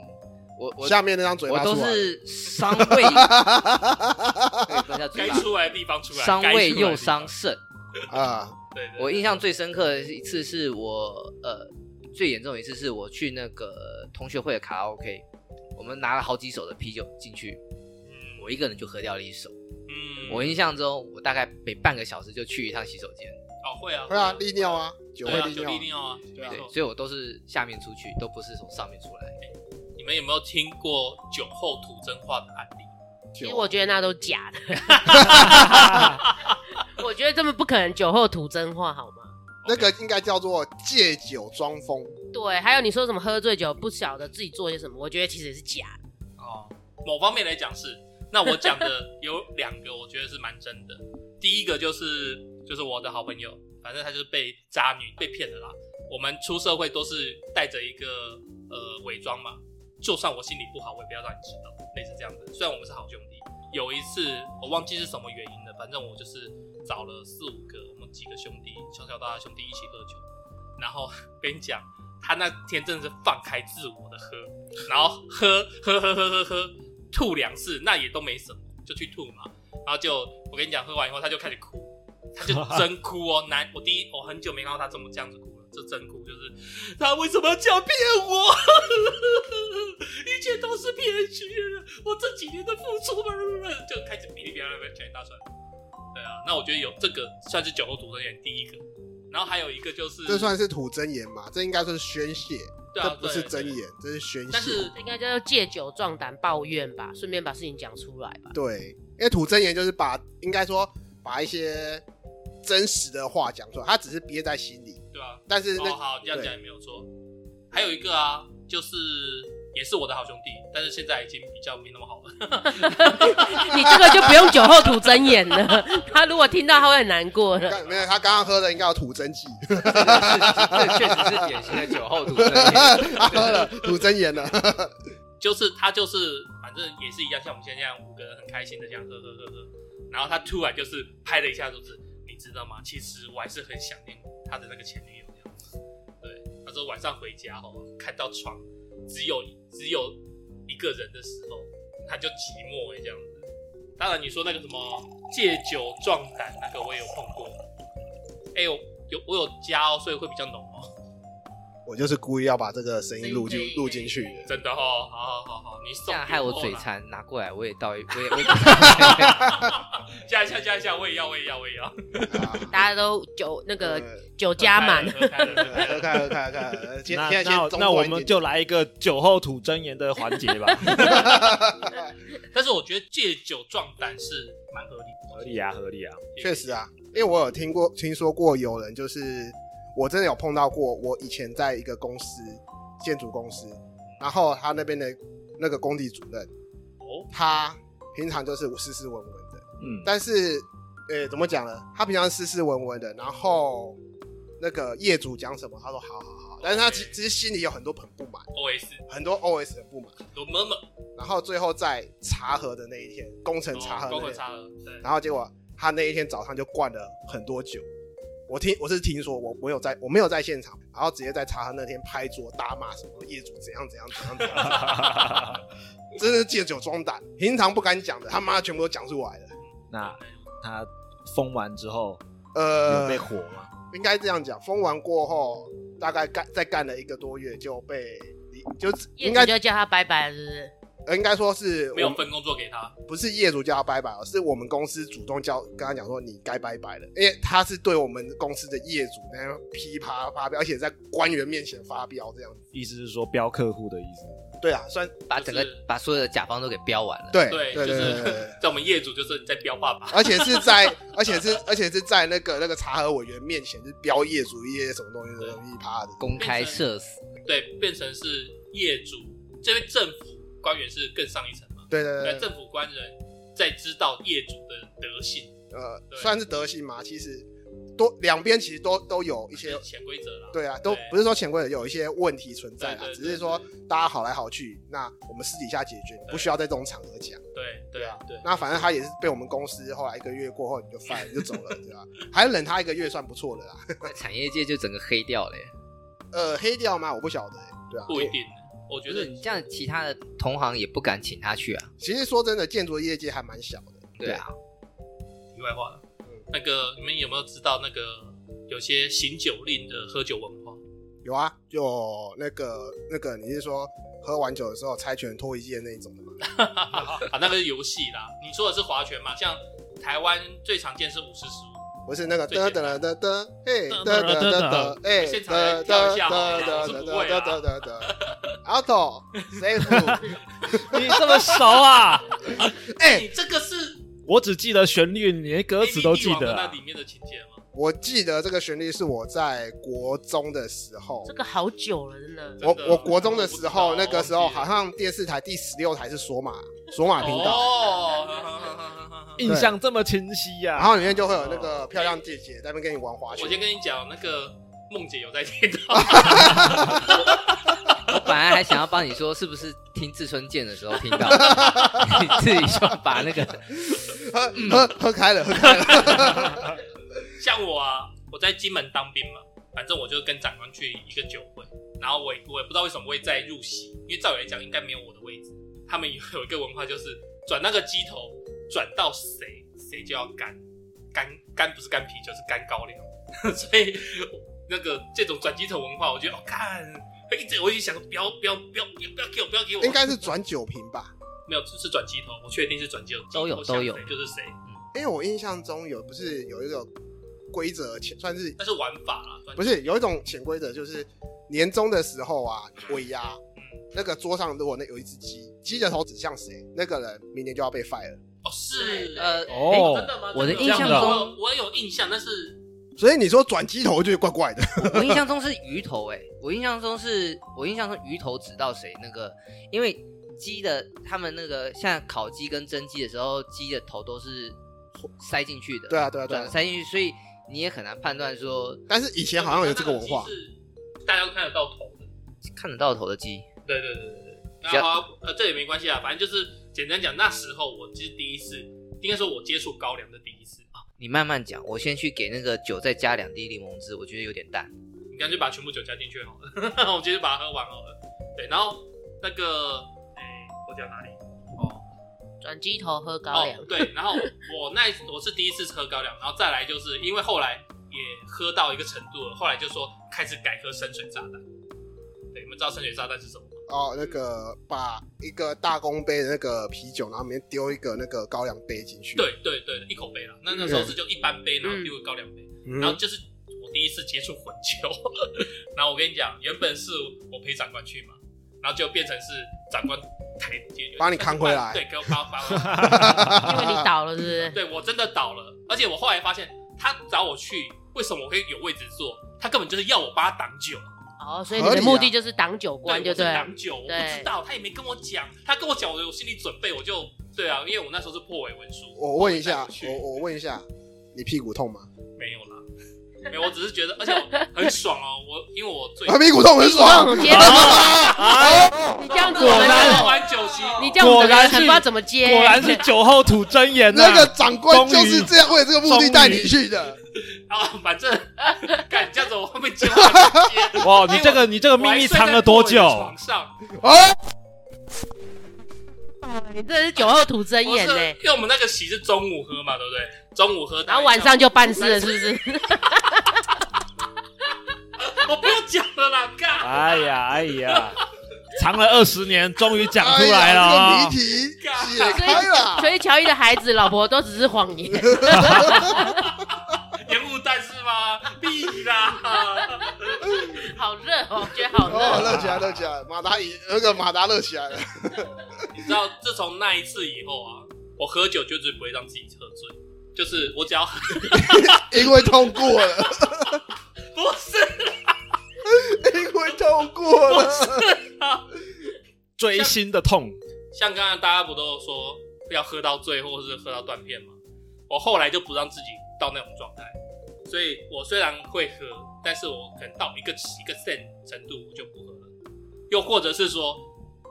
S1: 我我
S2: 下面那张嘴
S1: 我
S2: 巴
S1: 都
S2: 出来，
S1: 是伤胃，哎等一下嘴
S4: 该
S1: 巴
S4: 出来的地方出来，
S1: 伤
S4: 该出来
S1: 胃
S4: 的地方
S1: 又伤。肾。
S2: 啊，
S4: 对对，对
S1: 我印象最深刻的一次是我呃最严重的一次是我去那个同学会的卡拉 OK，我们拿了好几手的啤酒进去，
S4: 嗯
S1: 我一个人就喝掉了一手。
S4: 嗯
S1: 我印象中我大概每半个小时就去一趟洗手间，
S4: 哦会啊
S2: 会啊，利尿啊，酒
S4: 对
S2: 会
S4: 啊，
S2: 利
S4: 就
S2: 尿
S4: 利
S2: 啊。
S4: 尿啊，
S2: 对啊
S4: 没
S1: 对，
S4: 错。
S1: 所以我都是下面出去，都不是从上面出来。
S4: 你们有没有听过酒后吐真话的案例？
S5: 其实
S2: 酒啊
S5: 我觉得那都假 的，我觉得根本不可能酒后吐真话，好吗？
S2: 那个应该叫做借酒装疯，
S5: 对，还有你说什么喝醉酒不晓得自己做些什么，我觉得其实也是假的。
S4: 哦，某方面来讲是。那我讲的有两个，我觉得是蛮真的。第一个就是就是我的好朋友，反正他就是被渣女被骗的啦。我们出社会都是带着一个呃伪装嘛，就算我心里不好，我也不要让你知道，类似这样的。虽然我们是好兄弟，有一次我忘记是什么原因了，反正我就是找了四五个我们几个兄弟，从小到大的兄弟一起喝酒，然后跟你讲，他那天真的是放开自我的喝，然后喝喝喝喝喝喝，吐两次那也都没什么，就去吐嘛。然后就我跟你讲，喝完以后他就开始哭， 他就真哭哦，难我第一我很久没看到他这么这样子哭了，这真哭就是他为什么要这样骗我？ 一切都是骗局，我这几年的付出，就开始哔哩哔啦哔哩全一大串。对啊，那我觉得有这个算是酒后吐真言第一个，然后还有一个就是
S2: 这算是吐真言嘛？这应该算是宣泄，
S4: 对啊
S2: 这不是
S4: 对
S2: 真
S4: 对
S2: 言，这是宣
S4: 但
S2: 泄。
S4: 是
S5: 这应该叫做借酒壮胆、抱怨吧，顺便把事情讲出来吧。
S2: 对，因为吐真言就是把，应该说把一些真实的话讲出来，他只是憋在心里，
S4: 对啊，
S2: 但是那、
S4: 哦，好，你这样讲也没有错。还有一个啊，就是也是我的好兄弟，但是现在已经比较没那么好了。
S5: 你这个就不用酒后吐真言了，他如果听到他会很难过的。
S2: 刚没有他刚刚喝的应该有吐真剂，
S1: 这确实是典型的酒后吐 真言。
S2: 他喝了吐真言了。
S4: 就是他就是反正也是一样，像我们现在这样五个人很开心的这样喝喝喝喝，然后他突然就是拍了一下桌子，你知道吗？其实我还是很想念他的那个前女友这样子。对，他说晚上回家哦，看到床只有只有一个人的时候，他就寂寞哎这样子。当然你说那个什么借酒壮胆那个我也有碰过，哎、呦有我有加哦，所以会比较浓哦。
S2: 我就是故意要把这个声音录进
S5: 声音
S2: 录进去的。
S4: 真的哦，好好好好，你
S1: 这
S4: 送
S1: 样害我
S4: 给
S1: 嘴
S4: 啦
S1: 馋，拿过来我也倒一，我 也我也
S4: 加一下，加一下，我也要，我也要，我也要。
S2: 啊
S5: 大家都酒那个
S2: 呃
S5: 酒加满，
S4: 喝开了，喝开了
S2: 喝开喝开喝开，呃现
S3: 那
S2: 现在
S3: 那
S2: 先中
S3: 那我
S2: 断一
S3: 们
S2: 点
S3: 就来一个酒后吐真言的环节吧，
S4: 但是我觉得借酒壮胆是蛮合理的，
S3: 合理啊，合理啊，
S2: 确实啊，因为我有听过听说过有人就是我真的有碰到过，我以前在一个公司建筑公司，然后他那边的那个工地主任，
S4: 哦，
S2: 他平常就是斯斯文文的，
S3: 嗯，
S2: 但是呃怎么讲呢？他平常斯斯文文的，然后那个业主讲什么，他说好好好，但是他其
S4: OK
S2: 其实心里有很多很不满，
S4: ，OS
S2: 很多 OS 的不满，
S4: 罗妈妈，
S2: 然后最后在查核的那一天，哦工程查核那一
S4: 高和
S2: 天。
S4: 茶喝，对，
S2: 然后结果他那一天早上就灌了很多酒。我听我是听说，我我有在我没有在现场，然后直接在茶他那天拍桌大骂什么业主怎样怎样怎样怎样，
S3: 啊
S2: 真是借酒装胆，平常不敢讲的，他妈全部都讲出来了。
S3: 那他封完之后有
S2: 呃
S3: 被，火吗？
S2: 应该这样讲，封完过后，大概干再干了一个多月就被离，就应
S5: 业主
S2: 该
S5: 就叫他拜拜了，是不是？
S2: 呃应该说是
S4: 没有
S2: 我
S4: 分工作给他，
S2: 不是业主叫他拜拜哦，是我们公司主动叫跟他讲说你该拜拜了，因为他是对我们公司的业主那样噼啪发飙，而且在官员面前发飙这样子。
S3: 意思是说标客户的意思。
S2: 对啊，算
S1: 把整个
S4: 就是
S1: 把所有的甲方都给标完了。
S2: 对
S4: 对
S2: 对
S4: 就
S2: 对
S4: 是
S2: 对对 对，
S4: 在我们业主就是你在标爸爸，
S2: 而且是在而且是而且是在那个那个查核委员面前是标业主一些什么东西什么一趴的。
S1: 公开社死，
S4: 对，变成是业主这边政府官员是更上一层嘛，
S2: 对对
S4: 对，
S2: 对对，
S4: 政府官员在知道业主的德性，
S2: 呃，
S4: 对
S2: 算是德性嘛，其实多两边其实都都有一些
S4: 就是潜规则啦，
S2: 对啊，都
S4: 对
S2: 不是说潜规则有一些问题存在啦
S4: 对，对
S2: 只
S4: 对
S2: 是说
S4: 对
S2: 大家好来好去，那我们私底下解决，你不需要在这种场合讲。
S4: 对对啊，对，
S2: 那反正他也是被我们公司后来一个月过后你就翻你就走了，对吧？啊还忍他一个月算不错的啦。
S1: 在产业界就整个黑掉了耶。
S2: 呃，黑掉吗？我不晓得、欸，对啊。
S4: 不一定，我觉
S1: 就
S4: 得
S1: 是你这样，其他的同行也不敢请他去啊。
S2: 其实说真的，建筑业界还蛮小的。
S1: 对啊，
S4: 题外话了
S2: 嗯，
S4: 那个你们有没有知道那个有些醒酒令的喝酒文化？
S2: 有啊，就那个那个，你是说喝完酒的时候猜拳脱一件那一种的吗？
S4: 啊，那个是游戏啦，你说的是划拳嘛？像台湾最常见是五十十五，
S2: 不是那个
S4: 最
S2: 噔
S4: 简
S2: 噔
S4: 单
S2: 噔噔，嘿
S4: 噔
S2: 噔噔
S3: 噔
S2: 噔
S3: 噔
S2: 噔，哎
S4: 现场来跳一下好了我是不会啊
S2: 噔噔噔，auto safe，
S3: 你这么熟啊？
S2: 哎，
S4: 你这个是
S3: 我只记得旋律，你连歌
S4: A
S3: 词
S4: B
S3: 都
S4: 帝
S3: 记
S4: 王
S3: 得
S4: 的
S3: 啊、
S4: 那里面的情节吗？
S2: 我记得这个旋律是我在国中的时候
S5: 这，个好久了，真的。
S2: 我
S4: 真的
S2: 我国中的时候，
S4: 我不知道
S2: 那个时候
S4: 忘记了
S2: 好像电视台第十六台是索马索马频道，
S4: 哦，
S3: 印象这么清晰啊呀、
S2: 然后里面就会有那个漂亮姐姐在那边跟你玩滑雪
S4: 我。先跟你讲，那个梦姐有在听到，
S1: 我本来还想要帮你说，是不是听志村健的时候听到，你自己就把那个
S2: 喝
S4: 嗯
S2: 喝喝开了，喝开了。
S4: 像我啊，我在金门当兵嘛，反正我就跟长官去一个酒会，然后我也我也不知道为什么会在入席，因为照理来讲应该没有我的位置。他们有有一个文化就是转那个鸡头，转到谁谁就要干，干干不是干啤酒是干高粱，所以那个这种转鸡头文化，我觉得我看、会一直我就想说不要不要不要不要不要给我不要给我，
S2: 应该是转酒瓶吧？
S4: 没有是转鸡头，我确定是转鸡头，
S1: 都有
S4: 鸡头像
S1: 都有
S4: 谁就是谁，
S2: 因为我印象中有不是有一个规则，算是
S4: 但是玩法啦，转
S2: 不是有一种潜规则，就是年终的时候啊，尾牙那个桌上如果那有一只鸡，鸡的头指向谁，那个人明年就要被 fire 了。
S4: 哦是
S1: 呃，
S3: 哦
S1: 诶
S4: 哎真的吗？
S1: 我的
S4: 真
S1: 印
S4: 有
S1: 象
S3: 这样的
S1: 中
S4: 我，我有印象，但是
S2: 所以你说转鸡头就怪怪的，
S1: 我印象中是鱼头、诶，我印象中是，我印象中鱼头指到谁那个，因为鸡的他们那个像烤鸡跟蒸鸡的时候，鸡的头都是塞进去的，
S2: 对啊对啊对
S1: 转
S2: 啊。
S1: 塞进去，所以你也很难判断说
S2: 但是以前好像有这个文化，
S4: 是大家都看得到头的。
S1: 看得到头的鸡。
S4: 对对对对对。
S1: 只要
S4: 然后呃，这也没关系啊，反正就是简单讲，那时候我其实第一次，应该说我接触高粱的第一次，
S1: 你慢慢讲，我先去给那个酒再加两滴柠檬汁，我觉得有点淡。
S4: 你干脆把全部酒加进去好了， 我直接把它喝完好了。对，然后那个，哎、我讲哪里？哦，
S5: 转鸡头喝高粱
S4: 哦。，对，然后我那一次我是第一次喝高粱，然后再来就是因为后来也喝到一个程度了，后来就说开始改喝深水炸弹。对，你们知道深水炸弹是什么吗？
S2: 哦，那个把一个大公杯的那个啤酒，然后里面丢一个那个高粱杯进去。，
S4: 对对对，一口杯了。那那时候是就一般杯，然后丢个高粱杯，
S2: 嗯
S4: 然后就是我第一次接触混酒。 然后我跟你讲，原本是我陪长官去嘛，然后就变成是长官抬
S2: 把你扛回来
S4: 对，给我把我把 我。
S5: 因为你倒了，是不是？
S4: 哦 对我真的倒了，而且我后来发现他找我去，为什么我会有位置坐？他根本就是要我帮他挡酒，
S5: 哦，所以你的目的就是挡酒
S4: 啊对，
S5: 关，
S4: 我
S5: 就是对了。
S4: 挡酒，我
S5: 对
S4: 不知道，他也没跟我讲，他跟我讲，我有心理准备，我就对啊，因为我那时候是破伪文书，
S2: 我问一下
S4: 我没带回去，
S2: 我我问一下，你屁股痛吗？
S4: 没有啦，没有，我只是觉得，而且我很爽哦，我因为我醉，
S2: 啊，屁股痛很爽。
S5: 结论你这样子，我
S3: 果
S5: 们
S3: 然
S4: 喝完酒席，
S5: 你这样，我
S3: 果
S5: 们
S3: 然是
S5: 很不知道怎么接。
S3: 果然是酒后吐真言啊呐、
S2: 那个长官就是这样为了这个目的带你去的。
S4: 啊，反正敢这样子，我后面接不了 接。
S3: 哇，你这个你这个
S4: 我
S3: 秘
S4: 还
S3: 密
S4: 睡在
S3: 藏了多
S2: 哎
S3: 久？
S4: 破尾的床上，
S2: 哦，
S5: 你这是酒后吐真
S4: 我
S5: 言
S4: 是
S5: 呢、
S4: 因为我们那个 席是中午喝嘛，对不对？中午喝，
S5: 然后晚上就办事了，是不是？
S4: 讲了啦，干
S3: 哎呀哎呀，藏了二十年，终于讲出来了
S2: 哎呀
S3: 啊
S2: 这个谜！题
S4: 干
S2: 解开了。
S5: 所以 乔伊的孩子、老婆都只是谎言。
S4: 延误但是吗？必啦！
S5: 好热哦，我觉得好
S2: 哦，
S5: 热。
S2: 乐起来，乐起来！马达也那个马达乐起来了。
S4: 你知道，自从那一次以后啊，我喝酒绝对不会让自己喝醉，就是我只要
S2: 因为痛过了，
S4: 不是
S2: 因为痛过了。
S4: 啊，
S3: 锥心的痛，
S4: 像刚刚大家不都有说要喝到醉，或是喝到断片吗？我后来就不让自己到那种状态，所以我虽然会喝，但是我可能到一个一个 c 程度我就不喝了，又或者是说，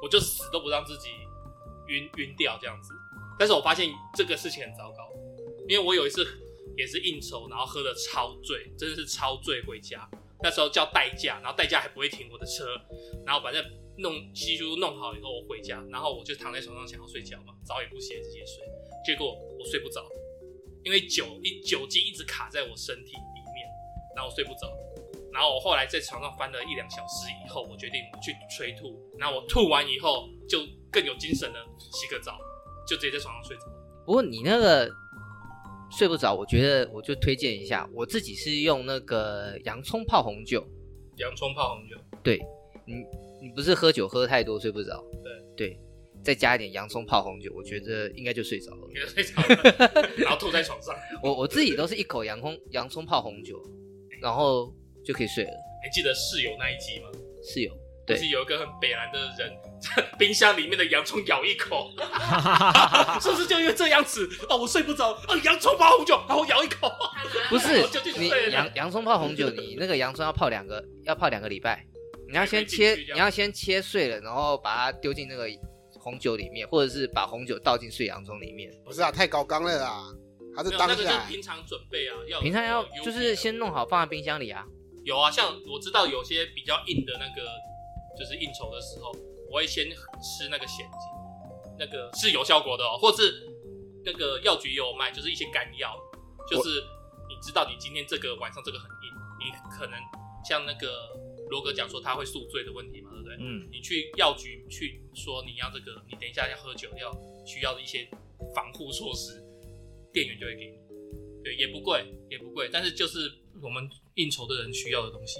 S4: 我就死都不让自己晕晕掉这样子。但是我发现这个事情很糟糕，因为我有一次也是应酬，然后喝的超醉，真的是超醉回家。那时候叫代驾，然后代驾还不会停我的车，然后反正弄几乎弄好以后，我回家，然后我就躺在床上想要睡觉嘛，早也不洗，直接睡。结果我睡不着，因为酒一酒精一直卡在我身体里面，然后我睡不着。然后我后来在床上翻了一两小时以后，我决定去催吐。然后我吐完以后就更有精神了，洗个澡，就直接在床上睡着。
S1: 不过你那个睡不着，我觉得我就推荐一下，我自己是用那个洋葱泡红酒。
S4: 洋葱泡红酒，
S1: 对你，你不是喝酒喝太多睡不着？对对，再加一点洋葱泡红酒，我觉得应该就睡着了。
S4: 给他 睡着了，然后吐在床上。
S1: 我我自己都是一口洋葱洋葱泡红酒，然后就可以睡了。
S4: 还记得室友那一集吗？
S1: 室友
S4: 就
S1: 对
S4: 是有一个很北蓝的人， 冰箱里面的洋葱咬 一口，是不是就因为这样子？哦，我睡不着，啊，洋葱泡红酒，然后咬一口，
S1: 不是
S4: 就就就
S1: 你
S4: 睡了
S1: 洋洋葱泡红酒，你那个洋葱要泡两个， 要泡两个礼拜。你要先切，
S4: 才可以进去这样
S1: 你要先切碎了，然后把它丢进那个红酒里面，或者是把红酒倒进碎洋葱里面。
S2: 不是啊，太高纲了啦，还是
S4: 没有
S2: 当
S4: 那个就
S2: 下
S4: 平常准备啊，要
S1: 平常要
S4: 有
S1: 就是先弄好放在冰箱里啊。
S4: 有啊，像我知道有些比较硬的那个，就是应酬的时候，我会先吃那个咸鸡，那个是有效果的哦，或是那个药局也有卖，就是一些干药，就是你知道你今天这个晚上这个很硬，你可能像那个罗格讲说他会宿醉的问题嘛，对不对？
S3: 嗯，
S4: 你去药局去说你要这个，你等一下要喝酒要需要的一些防护措施，店员就会给你。对，也不贵，也不贵，但是就是我们应酬的人需要的东西。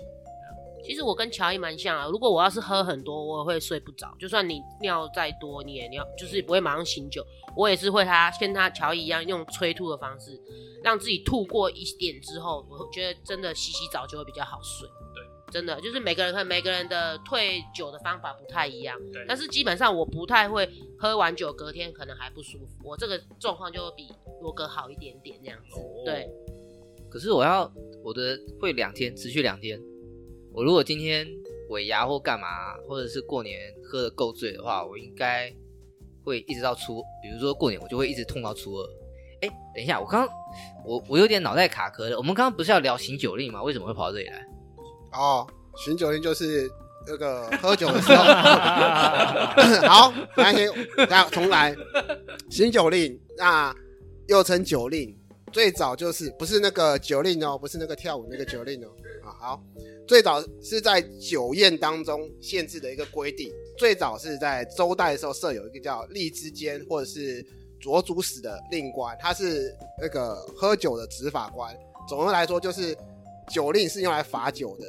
S5: 其实我跟乔伊蛮像啊，如果我要是喝很多，我也会睡不着。就算你尿再多，你也尿就是不会马上醒酒。我也是会他跟他乔伊一样，用催吐的方式，让自己吐过一点之后，我觉得真的洗洗澡就会比较好睡。对，真的就是每个人和每个人的退酒的方法不太一样。
S4: 对，
S5: 但是基本上我不太会喝完酒，隔天可能还不舒服。我这个状况就会比罗格好一点点这样子。
S4: 哦
S5: 对，
S1: 可是我要我的会两天，持续两天。我如果今天尾牙或干嘛，或者是过年喝的够醉的话，我应该会一直到初，比如说过年我就会一直痛到初二。哎，等一下，我刚刚我我有点脑袋卡壳了。我们刚刚不是要聊醒酒令吗？为什么会跑到这里来？
S2: 哦，醒酒令就是那个喝酒的时候。 好，那先那重来，醒酒令，那又称酒令，最早就是不是那个酒令哦，不是那个跳舞那个酒令哦。啊，好，最早是在酒宴当中限制的一个规定，最早是在周代的时候设有一个叫荔枝监或者是卓主使的令官，他是那个喝酒的执法官。总的来说，就是酒令是用来罚酒的，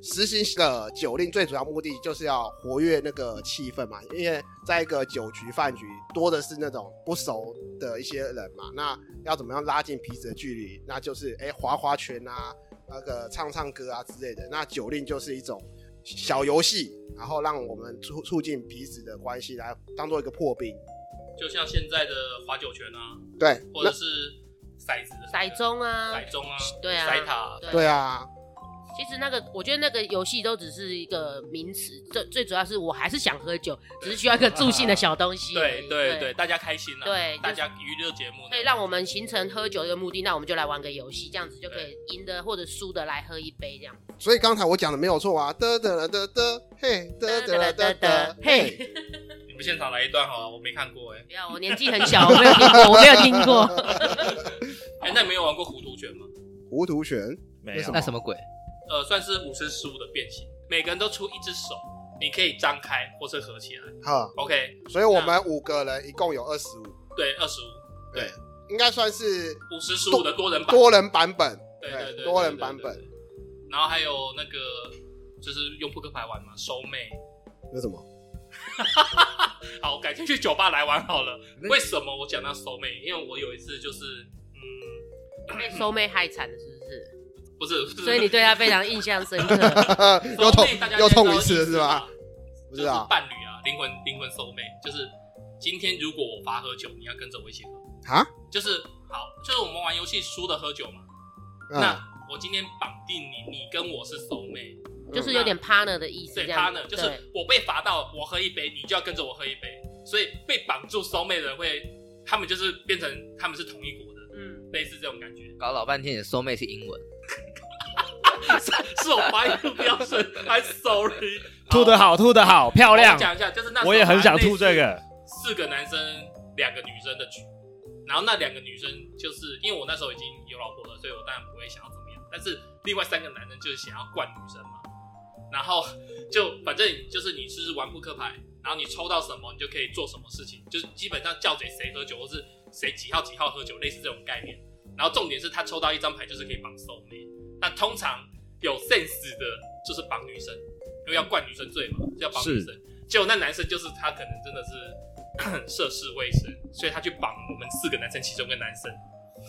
S2: 实行的酒令最主要目的就是要活跃那个气氛嘛，因为在一个酒局饭局多的是那种不熟的一些人嘛，那要怎么样拉近彼此的距离？那就是哎、划划拳啊，那个唱唱歌啊之类的。那酒令就是一种小游戏，然后让我们促促进彼此的关系，来当做一个破冰。
S4: 就像现在的划酒拳啊，
S2: 对，
S4: 或者
S2: 那
S4: 是骰子、
S5: 骰、盅啊，
S4: 骰盅啊，
S5: 对啊
S4: 骰塔，
S5: 对
S2: 对啊，
S5: 其实那个，我觉得那个游戏都只是一个名词，最最主要是我还是想喝酒，只是需要一个助兴的小东西而
S4: 对
S5: 已。
S4: 对对，
S5: 对，
S4: 大家开心啊，
S5: 对就是
S4: 大家娱乐节目呢
S5: 可以让我们形成喝酒的一个目的，那我们就来玩个游戏，这样子就可以
S4: 对
S5: 赢的或者输的来喝一杯这样。
S2: 所以刚才我讲的没有错啊，得得了得得，嘿，得得了得得，嘿。
S4: 你们现场来一段好了，我没看过哎、
S5: 不要，我年纪很 小，我没有听过，我没有听过。
S4: 哎、那你们有玩过糊涂拳吗？
S2: 糊涂拳
S3: 没有啊
S1: 那什么鬼？
S4: 呃算是五十十五的变形，每个人都出一只手，你可以张开或是合起来。
S2: 哈，
S4: OK，
S2: 所以我们五个人一共有二十五，
S4: 对，二十五，对，
S2: 应该算是
S4: 五十十五的多人版，
S2: 多人版本，
S4: 对对对，
S2: 哎多人
S4: 对
S2: 版。
S4: 对
S2: 本。
S4: 对对然后还有那个就是用扑克牌玩嘛，收妹。
S2: 那什么？
S4: 好，改天去酒吧来玩好了。
S1: 那
S4: 为什么我讲到收妹？因为我有一次就是，嗯，
S5: 被收妹害惨了，是不是？
S4: 不是，不是
S5: 所以你对她非常印象深 刻。
S2: 又
S4: 收
S2: 痛
S4: 妹大家
S2: 又
S4: 应该知
S2: 痛
S4: 道
S2: 一
S4: 的意
S2: 次
S4: 思
S2: 是吧？？不知
S4: 就是
S2: 道
S4: 伴侣啊，灵魂灵魂收妹，就是今天如果我罚喝酒，你要跟着我一起喝。
S2: 啊？
S4: 就是好，就是我们玩游戏输的喝酒嘛。
S2: 嗯，
S4: 那我今天绑定你，你跟我是收妹，
S5: 就是有点 partner 的意思，
S4: 对
S5: 这
S4: 他
S5: 样
S4: 呢，
S5: 子
S4: 就是我被罚到我喝一杯，你就要跟着我喝一杯，所以被绑住收妹的人会，他们就是变成他们是同一国的，
S5: 对嗯，
S4: 类似这种感 觉。
S1: 搞老半天，你的 soul mate 是英文，
S4: 是我发音不标准，I'm sorry。
S3: 吐得好，吐得好，漂
S4: 我
S3: 亮，
S4: 讲一下，就是那时候
S3: 我也很想吐这
S4: 反正类似
S3: 个。
S4: 四个男生两个女生的局，然后那两个女生就是因为我那时候已经有老婆了，所以我当然不会想要怎么样，但是另外三个男生就是想要灌女生嘛，然后就反正就是你就是玩扑克牌，然后你抽到什么你就可以做什么事情，就是基本上叫谁谁喝酒或是谁几号几号喝酒，类似这种概念。然后重点是他抽到一张牌就是可以绑收妹，那通常有 sense 的就是绑女生，因为要灌女生醉嘛，就要绑女生。结果那男生就是他可能真的是 涉世未深，所以他去绑我们四个男生其中一个男生，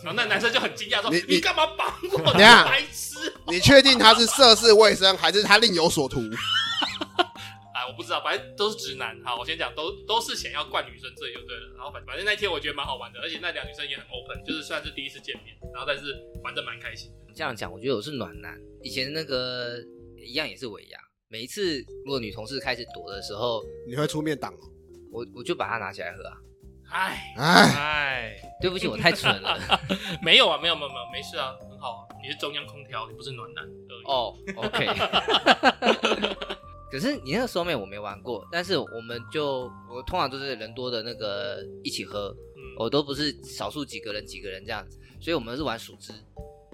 S4: 然后那男生就很惊讶说：“
S2: 你
S4: 你
S2: 你
S4: 干嘛绑我？
S2: 等一
S4: 你
S2: 下
S4: 白痴
S2: 你确定他是涉世未深，还是他另有所图？！”
S4: 啊，我不知道，反正都是直男。好，我先讲，都都是想要灌女生醉就对了。然后反反正那天我觉得蛮好玩的，而且那两女生也很 open，就是算是第一次见面，然后但是玩的蛮开心的。
S1: 你这样讲，我觉得我是暖男。以前那个一样也是尾牙，每一次如果女同事开始躲的时候，
S2: 你会出面挡哦？
S1: 我我就把它拿起来喝啊。
S4: 唉
S2: 哎，
S4: 唉，
S1: 对不起，我太蠢了。
S4: 没有啊，没有没有没有，没事啊，很好啊。你是中央空调，你不是暖男而已。
S1: 哦、o k 可是你那个 soul mate 我没玩过，但是我们就我通常都是人多的那个一起喝，
S4: 嗯
S1: 我都不是少数几个人几个人这样子，所以我们是玩数支，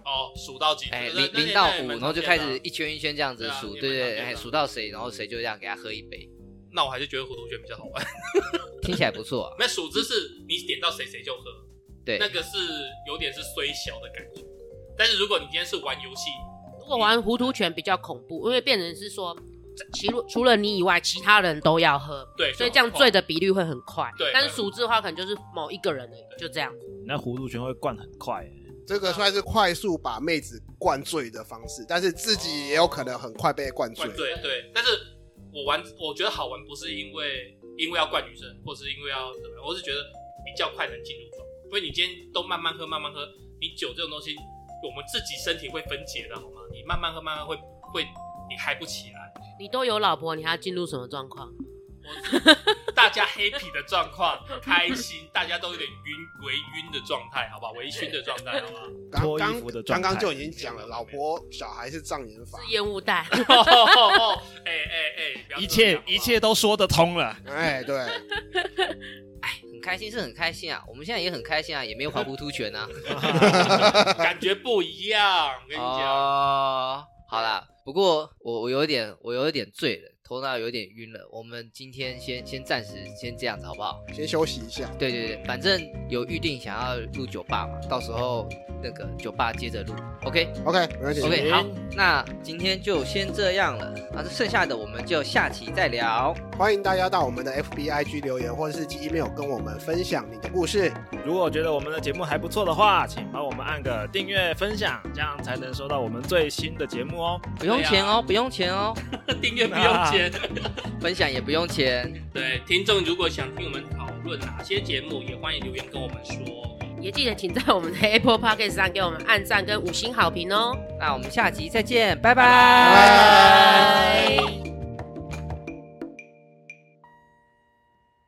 S4: 哦，数到几？
S1: 哎，
S4: 对
S1: 零零到五，然后就开。
S4: 对对那也
S1: 始
S4: 蛮常见的啊
S1: 一圈一圈这样子
S4: 对啊
S1: 数，
S4: 也
S1: 对
S4: 蛮
S1: 对，
S4: 常见的
S1: 哎，
S4: 啊
S1: 数到谁，然后谁就这样给他喝一杯，
S4: 那我还是觉得糊涂卷比较好啊玩。
S1: 听起来不错啊。
S4: 那数支是你点到谁谁就喝，
S1: 对，
S4: 那个是有点是虽小的感觉。但是如果你今天是玩游戏，
S5: 如果玩糊涂拳比较恐怖，因为变成是说，其除了你以外，其他人都要喝，
S4: 对，
S5: 所以这样醉的比率会很快。
S4: 对
S5: 但是数字的话，可能就是某一个人而已，就这样。
S3: 你那葫芦圈会灌很快、
S2: 这个算是快速把妹子灌醉的方式，但是自己也有可能很快被灌醉
S4: 灌。醉，对。但是我玩，我觉得好玩不是因为因为要灌女生，或是因为要怎么样，我是觉得比较快能进入状况。因为你今天都慢慢喝，慢慢喝，你酒这种东西，我们自己身体会分解的好吗？你慢慢喝，慢慢喝会会你嗨不起来。
S5: 你都有老婆，你还要进入什么状况？
S4: 我大家 happy 的状况，开心，大家都有点晕，微晕的状态，好吧，微醺的状态，好 吧。
S2: 刚
S3: 脱衣
S2: 刚
S3: 服的状
S2: 刚
S3: 态
S2: 刚就已经讲了，老婆小孩是障眼法
S5: 是。烟雾弹。
S4: 哦哦哦哎哎哎，不要
S3: 一
S4: 这
S3: 切
S4: 样
S3: 一切，都说得通了。
S2: 哎，对，
S1: 很开心是很开心啊，我们现在也很开心啊，也没有还糊涂拳啊。
S4: 好不好感觉不一样。我跟你讲，
S1: 哦，好啦，不过我我有一点我有一点醉了，头脑有点晕了，我们今天先先暂时先这样子好不好？
S2: 先休息一下。
S1: 对对对，反正有预定想要录酒吧嘛，到时候那个酒吧接着录，OK
S2: OK，没问题。
S1: OK，好，那今天就先这样了，那剩下的我们就下期再聊。
S2: 欢迎大家到我们的 FBIG 留言，或者是寄 email 跟我们分享你的故事。
S3: 如果觉得我们的节目还不错的话，请帮我们按个订阅、分享，这样才能收到我们最新的节目哦。
S1: 不用钱哦，不用钱哦，
S4: 订阅不用钱。
S1: 分享也不用钱。
S4: 对，听众如果想听我们讨论哪些节目，也欢迎留言跟我们说。
S5: 也记得请在我们的 Apple p o c k e t 上给我们按赞跟五星好评哦。
S1: 那我们下集再见，拜
S4: 拜
S1: 拜
S5: 拜